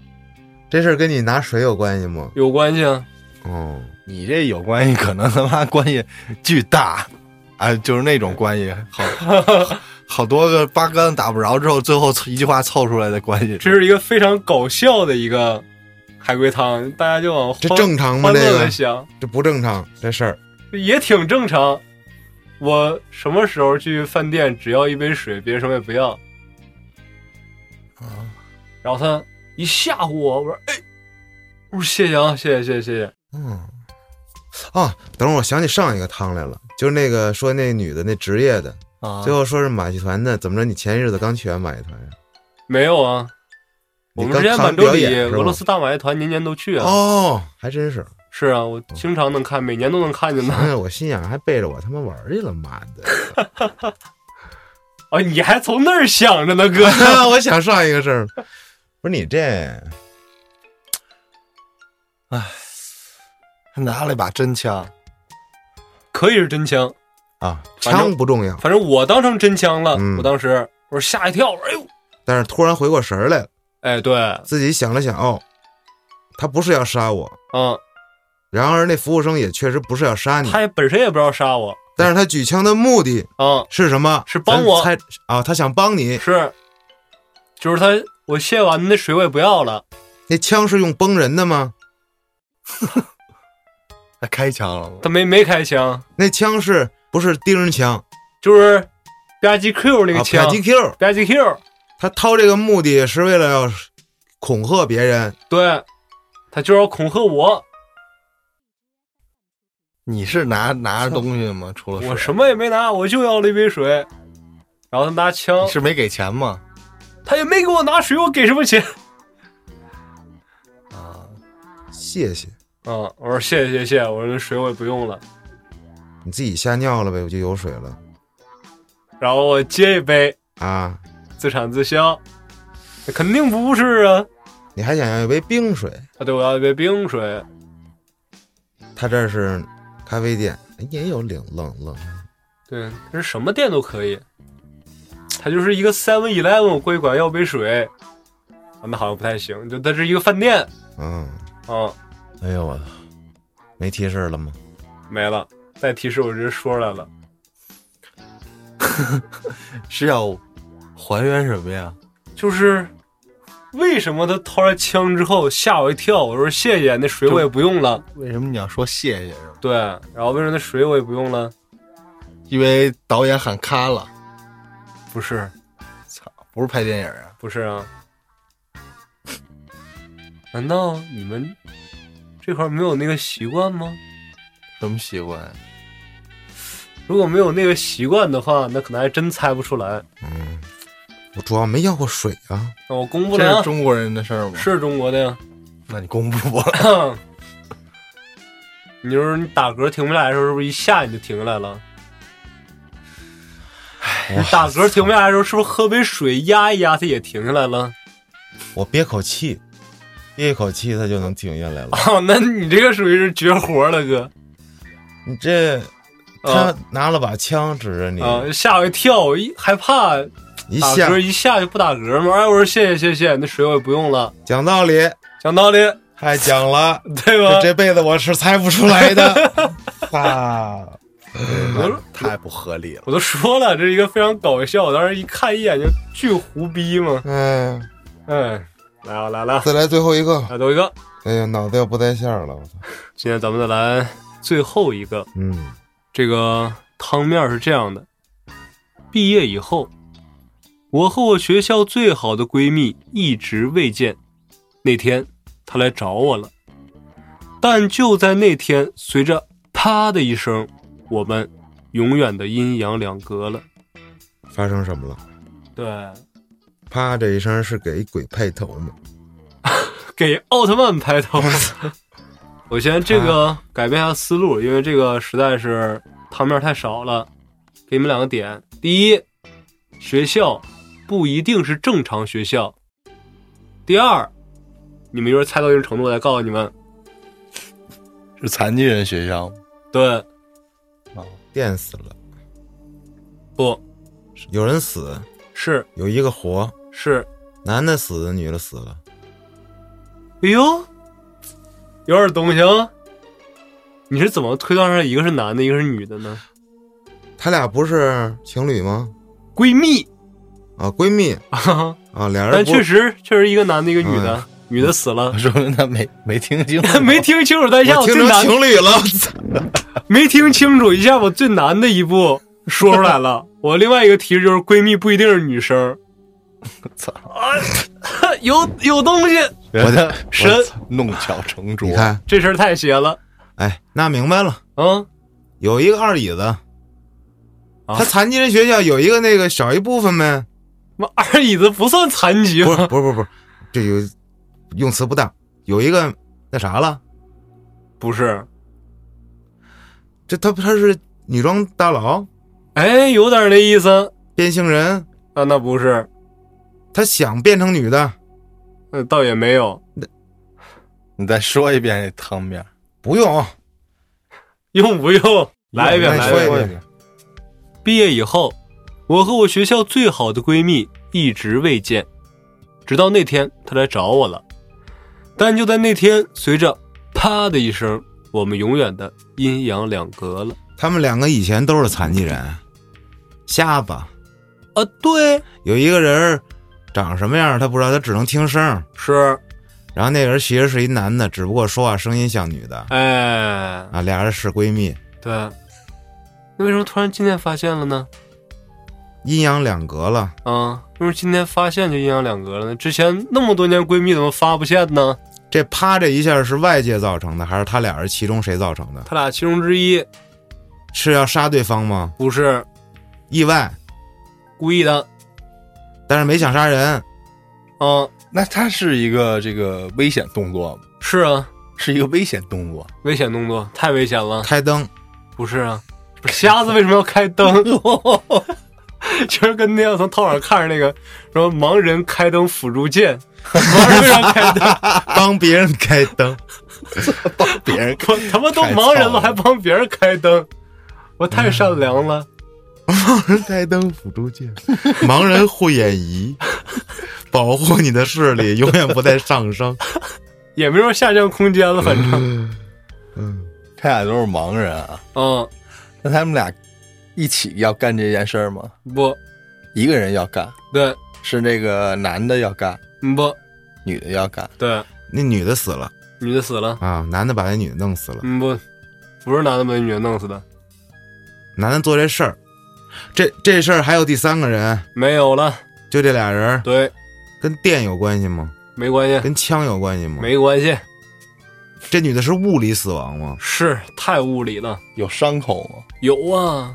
这事儿跟你拿水有关系吗？有关系啊。哦，你这有关系，可能他妈关系巨大，啊，就是那种关系， 好好好多个八竿打不着之后，最后一句话凑出来的关系。这是一个非常搞笑的一个海龟汤，大家就往这欢正常吗？欢这乐的个想，这不正常，这事儿也挺正常。我什么时候去饭店，只要一杯水，别的什么也不要。啊然后他一吓唬我，我说：“哎，我说谢谢啊，谢谢，谢谢，谢谢。嗯，啊，等会儿我想起上一个汤来了，就是那个说那女的那职业的，啊，最后说是马戏团的，怎么着？你前日子刚去完马戏团呀？没有啊，我你们刚之前看满完洲表里演是俄罗吗斯大马戏团年年都去啊。哦，还真是。是啊，我经常能看，每年都能看见想 的。想我心想，还背着我他妈玩儿去了，妈的！啊，你还从那儿想着呢，哥。 我想上一个事儿，不是你这拿了一把真枪，可以是真枪，啊，反正枪不重要，反正我当成真枪了。嗯我当时我说吓一跳，我说哎呦，但是突然回过神儿来了，哎对，自己想了想，哦，他不是要杀我，嗯，然而那服务生也确实不是要杀你，他也本身也不知道杀我，但是他举枪的目的嗯，是什么？是帮我咱猜啊，他想帮你。是，就是他我卸完那水我也不要了，那枪是用崩人的吗？他开枪了吗？他没没开枪，那枪是不是钉人枪？就是吧唧 Q 那个啊枪，吧 PRO：PRO 唧 Q，他掏这个目的是为了要恐吓别人，对，他就是要恐吓我，你是拿拿着东西吗？除了水啊我什么也没拿，我就要了一杯水，然后他拿枪你，是没给钱吗？他也没给我拿水，我给什么钱？啊，谢谢嗯，我说谢谢谢谢，我说那水我也不用了，你自己吓尿了呗，我就有水了然后我接一杯啊！自产自销，那肯定不是啊，你还想要一杯冰水？啊对，我要一杯冰水，他这是咖啡店，哎也有冷冷冷。对，他是什么店都可以，他就是一个 Seven Eleven，我过去管要杯水，啊那好像不太行，就它是一个饭店，嗯，嗯，哎呦我操，没提示了吗？啊没了，再提示我直接说出来了。是要还原什么呀？就是为什么他掏来枪之后吓我一跳？我说谢谢，那水我也不用了。为什么你要说谢谢是吗？对，然后为什么那水我也不用了？因为导演喊咔了，不是，操，不是拍电影啊，不是啊？ 难道你们这块儿没有那个习惯吗？什么习惯？如果没有那个习惯的话，那可能还真猜不出来。嗯，我主要没要过水啊。那我公布了这是啊，中国人的事儿吗？，是中国的呀。 那你公布吧。你说你打嗝停不下来的时候，是不是一下你就停下来了？哎你打嗝停不下来的时候，是不是喝杯水压一压它也停下来了？ 我憋口气，憋一口气，它就能停下来了。哦，那你这个属于是绝活了，哥你这，他啊拿了把枪指着你，啊！吓我一跳，我一害怕哎一打下嗝一下就不打嗝嘛。哎，我说谢谢谢谢，那水我也不用了。讲道理，讲道理，太讲了，对吧这？这辈子我是猜不出来的。啊，我太不合理了。我都说了，这是一个非常搞笑，我当时一看一眼就巨胡逼嘛。哎，嗯，来啊来了，再来最后一个，来多一个。哎呀，脑子要不带线儿了，我操。今天咱们再来最后一个，嗯，这个汤面是这样的：毕业以后，我和我学校最好的闺蜜一直未见。那天她来找我了，但就在那天，随着“啪”的一声，我们永远的阴阳两隔了。发生什么了？对，啪这一声是给鬼派头吗？给奥特曼 拍头。我先这个改变一下思路，因为这个实在是汤面太少了。给你们两个点：第一，学校不一定是正常学校；第二，你们一会儿猜到一定程度，我再告诉你们。是残疾人学校吗？对，电死了，不有人死，是有一个活，是，男的死，女的死了，哎呦，有点东西啊！你是怎么推断出来一个是男的，一个是女的呢？他俩不是情侣吗？ 闺蜜，啊，闺蜜啊，俩人 但不确 实确实一个男的，一个女的，女的死了，我。 说明他没没听清 没听清楚，但一下我听最成难情侣了，我操没听清楚，一下我最难的一步说出来了。我另外一个提示就是闺蜜不一定是女生，啊操！ 有有东西，我的神弄巧成拙。你看，这事儿太邪了。哎，那明白了，嗯，有一个二椅子，啊他残疾人学校有一个那个少一部分呗，妈二椅子不算残疾啊不吗？是不是不是不是，这有用词不当，有一个那啥了，不是，这他他是女装大佬、哎，有点那意思。变性人，啊，那不是，他想变成女的，那倒也没有，你再说一遍这汤面，不用用不用？来一遍，那来一说遍一。遍遍。毕业以后，我和我学校最好的闺蜜一直未见，直到那天她来找我了。但就在那天，随着“啪”的一声，我们永远的阴阳两隔了。他们两个以前都是残疾人，瞎子啊，对，有一个人儿长什么样儿他不知道，他只能听声儿。是，然后那个人其实是一男的，只不过说话声音像女的哎，啊，俩人是闺蜜，对。那为什么突然今天发现了呢？阴阳两隔了。啊，为什么今天发现就阴阳两隔了呢？之前那么多年闺蜜怎么发不现呢？这啪这一下是外界造成的，还是他俩人其中谁造成的？他俩其中之一是要杀对方吗？不是意外，故意的但是没想杀人，啊，那它是一个这个危险动作吗？是啊，是一个危险动作，危险动作，太危险了。开灯。不是啊，不是瞎子为什么要开 灯？就是跟那样从套上看着那个什么盲人开灯辅助 键，盲人为什么开灯？帮别人开灯，帮别人我他妈都盲人了，还太操了帮别人开灯，我太善良了。 开灯辅助键，盲人护眼仪，保护你的视力永远不再上升。也没说下降空间了，反正，他俩都是盲人啊， 嗯，那他们俩一起要干这件事儿吗？不一个人要干，对，嗯是那个男的要干，不女的要干，对，那女的死了女的死了，啊，男的把那女的弄死了，嗯不，不是男的把女的弄死的，男的做这事儿，这这事儿还有第三个人，没有了，就这俩人儿对，跟电有关系吗？ 没关系，跟枪有关系吗？，没关系，这女的是物理死亡吗？是太物理了，有伤口吗？有啊，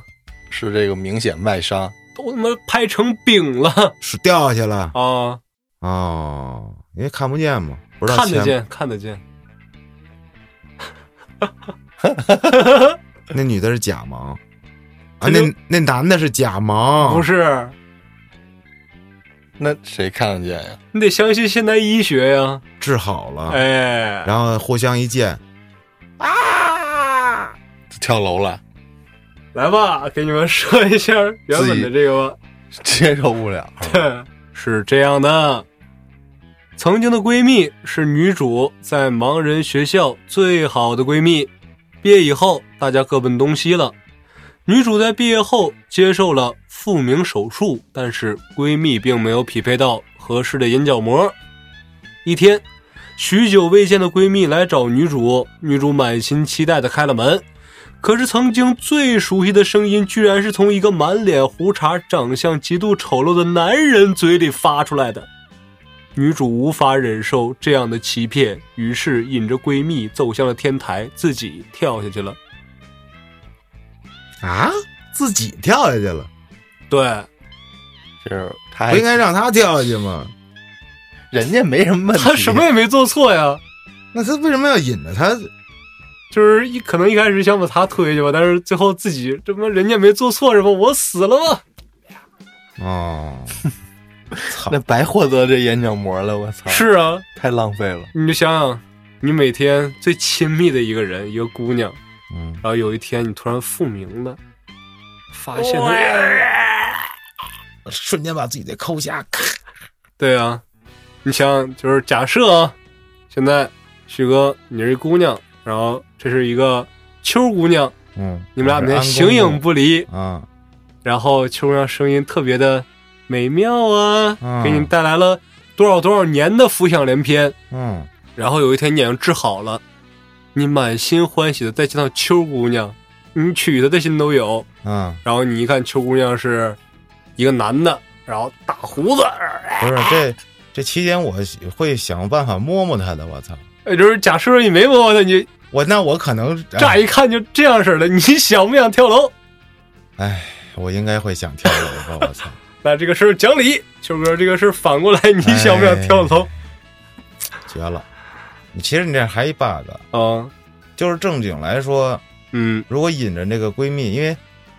是这个明显外伤，都他妈拍成饼了是掉下去了啊。哦，因为看不见嘛，不知道看得前见，看得见，那女的是假盲啊，她那就那男的是假盲，不是，那谁看得啊见呀？你得相信现代医学呀。治好了，哎，然后互相一见，跳楼了，来吧，给你们说一下原本的这个吧。接受不了。对， 是这样的。曾经的闺蜜是女主在盲人学校最好的闺蜜，毕业以后大家各奔东西了。女主在毕业后接受了复明手术，但是闺蜜并没有匹配到合适的眼角膜。一天，许久未见的闺蜜来找女主，女主满心期待的开了门，可是曾经最熟悉的声音，居然是从一个满脸胡茬、长相极度丑陋的男人嘴里发出来的。女主无法忍受这样的欺骗，于是引着闺蜜走向了天台，自己跳下去了。啊，自己跳下去了，对，就是他哎不还应该让他跳下去 吗？人家没什么问题，她什 么也没做错呀，那他为什么要引着他？就是一可能一开始想把她推下去吧，但是最后自己这不人家没做错是吧？我死了吗？ 哦，那白获得这眼角膜了，我 操，是啊，太浪费了。你就想想，你每天最亲密的一个人，一个姑娘，嗯，然后有一天你突然复明了，发现了，瞬间把自己给抠瞎，咔对啊，你想想，就是假设啊，现在旭哥你是一姑娘，然后这是一个秋姑娘，嗯，你们俩每天安公形影公不离，啊，然后秋姑娘声音特别的美妙啊，嗯给你带来了多少多少年的浮想联翩，嗯，然后有一天你已经治好了，你满心欢喜的再见到秋姑娘，你娶她的心都有。嗯，然后你一看秋姑娘是一个男的，然后大胡子，不是哎这这期间我会想办法摸摸他的，我操，呃，就是假设你没摸她，你我那我可能乍哎一看就这样式儿的，你想不想跳楼？哎，我应该会想跳楼吧？我操！ 那这个事儿讲理，秋哥，这个事儿反过来，你想不想跳楼绝了！你其实你这还一 bug，啊？就是正经来说，嗯，如果引着那个闺蜜，因为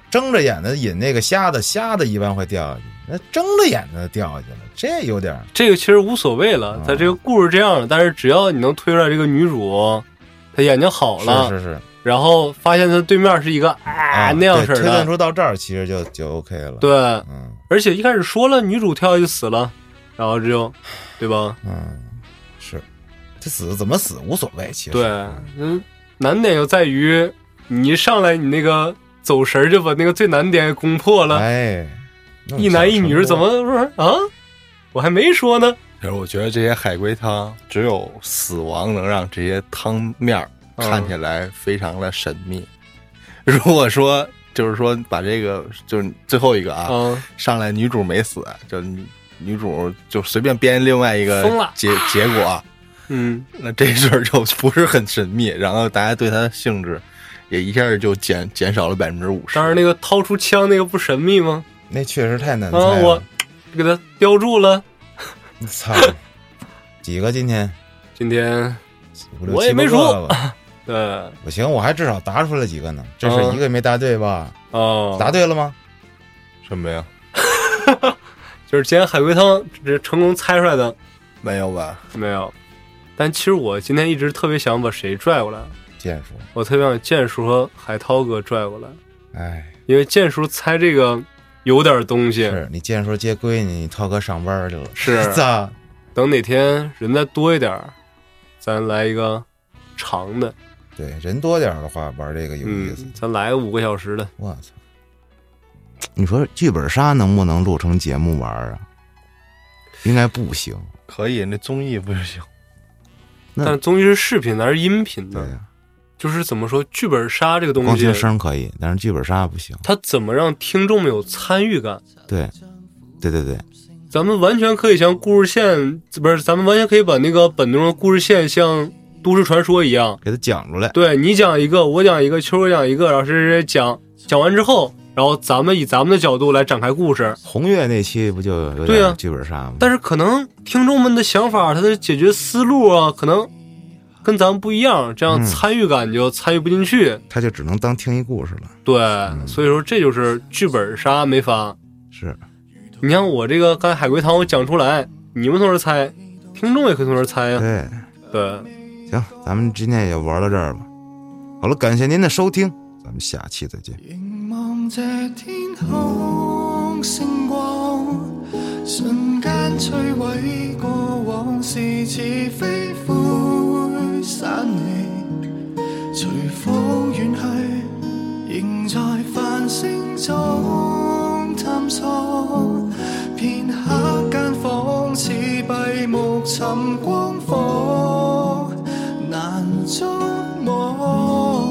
睁着眼的引那个瞎的，瞎的一般会掉下去，那睁着眼的掉下去了，这有点儿这个其实无所谓了，他这个故事这样的，但是只要你能推出来这个女主，她眼睛好了，是是是然后发现她对面是一个啊那样对式推断的，出到这儿其实就就 OK 了。，对，嗯而且一开始说了女主跳下去死了，然后就，对吧？嗯，是，他死怎么死无所谓，其实对，嗯，难点就在于你一上来你那个走神儿就把那个最难点给攻破了，哎，那种一男一女是小怎成功么说啊？我还没说呢，可是我觉得这些海龟汤，只有死亡能让这些汤面儿嗯看起来非常的神秘。如果说就是说把这个就是最后一个啊，啊，上来女主没死，就女女主就随便编另外一个疯了结结果，嗯，那这事儿就不是很神秘，然后大家对它的兴致也一下就减减少了百分之五十。当然那个掏出枪那个不神秘吗？那确实太难猜啊，我了。给他标注了。我 操，几个今天今天五六我七也八没个数了吧？对不行，我还至少答出来几个呢，这嗯是一个也没答对吧？哦，答对了吗？什么呀？就是今天海龟汤这成功猜出来的没有吧？没有？但其实我今天一直特别想把谁拽过来，剑术，我特别想剑叔和海涛哥拽过来，哎。因为剑叔猜这个有点东西。是你见说接闺女，你涛哥上班去了， 是啊咋？等哪天人再多一点儿，咱来一个长的，对，人多点儿的话，玩这个有意嗯思。，咱来个五个小时的。我操！你说剧本杀能不能录成节目玩儿啊？应该不行。可以，那综艺不就行？那但综艺是视频的，还是音频对的？呀，就是怎么说，剧本杀这个嗯东光西听，声可以，但是剧本杀不行。它怎么让听众们有参与感？对，对对对，咱们完全可以像故事线，不是，咱们完全可以把那个本中的故事线像都市传说一样，给他讲出来。对你讲一个，我讲一个，秋儿讲一个，然后谁谁谁讲，讲完之后，然后咱们以咱们的角度来展开故事。红月那期不就有对呀点剧本杀吗？但是可能听众们的想法，他的解决思路啊，可能跟咱们不一样，这样嗯参与感就参与不进去。他就只能当听一故事了。对，所以说这就是剧本杀没法。是，你像我这个刚才海龟汤我讲出来，你们从这儿猜，听众也可以从这儿猜呀、对。对。行，咱们今天也玩到这儿吧。好了，感谢您的收听，咱们下期再见。凝望这天空星光，瞬间摧毁过往是似非灰散离，随风远去，仍在繁星中探索。片刻间仿似闭目寻光火，难捉摸。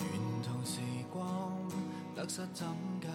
沿途時光得失怎解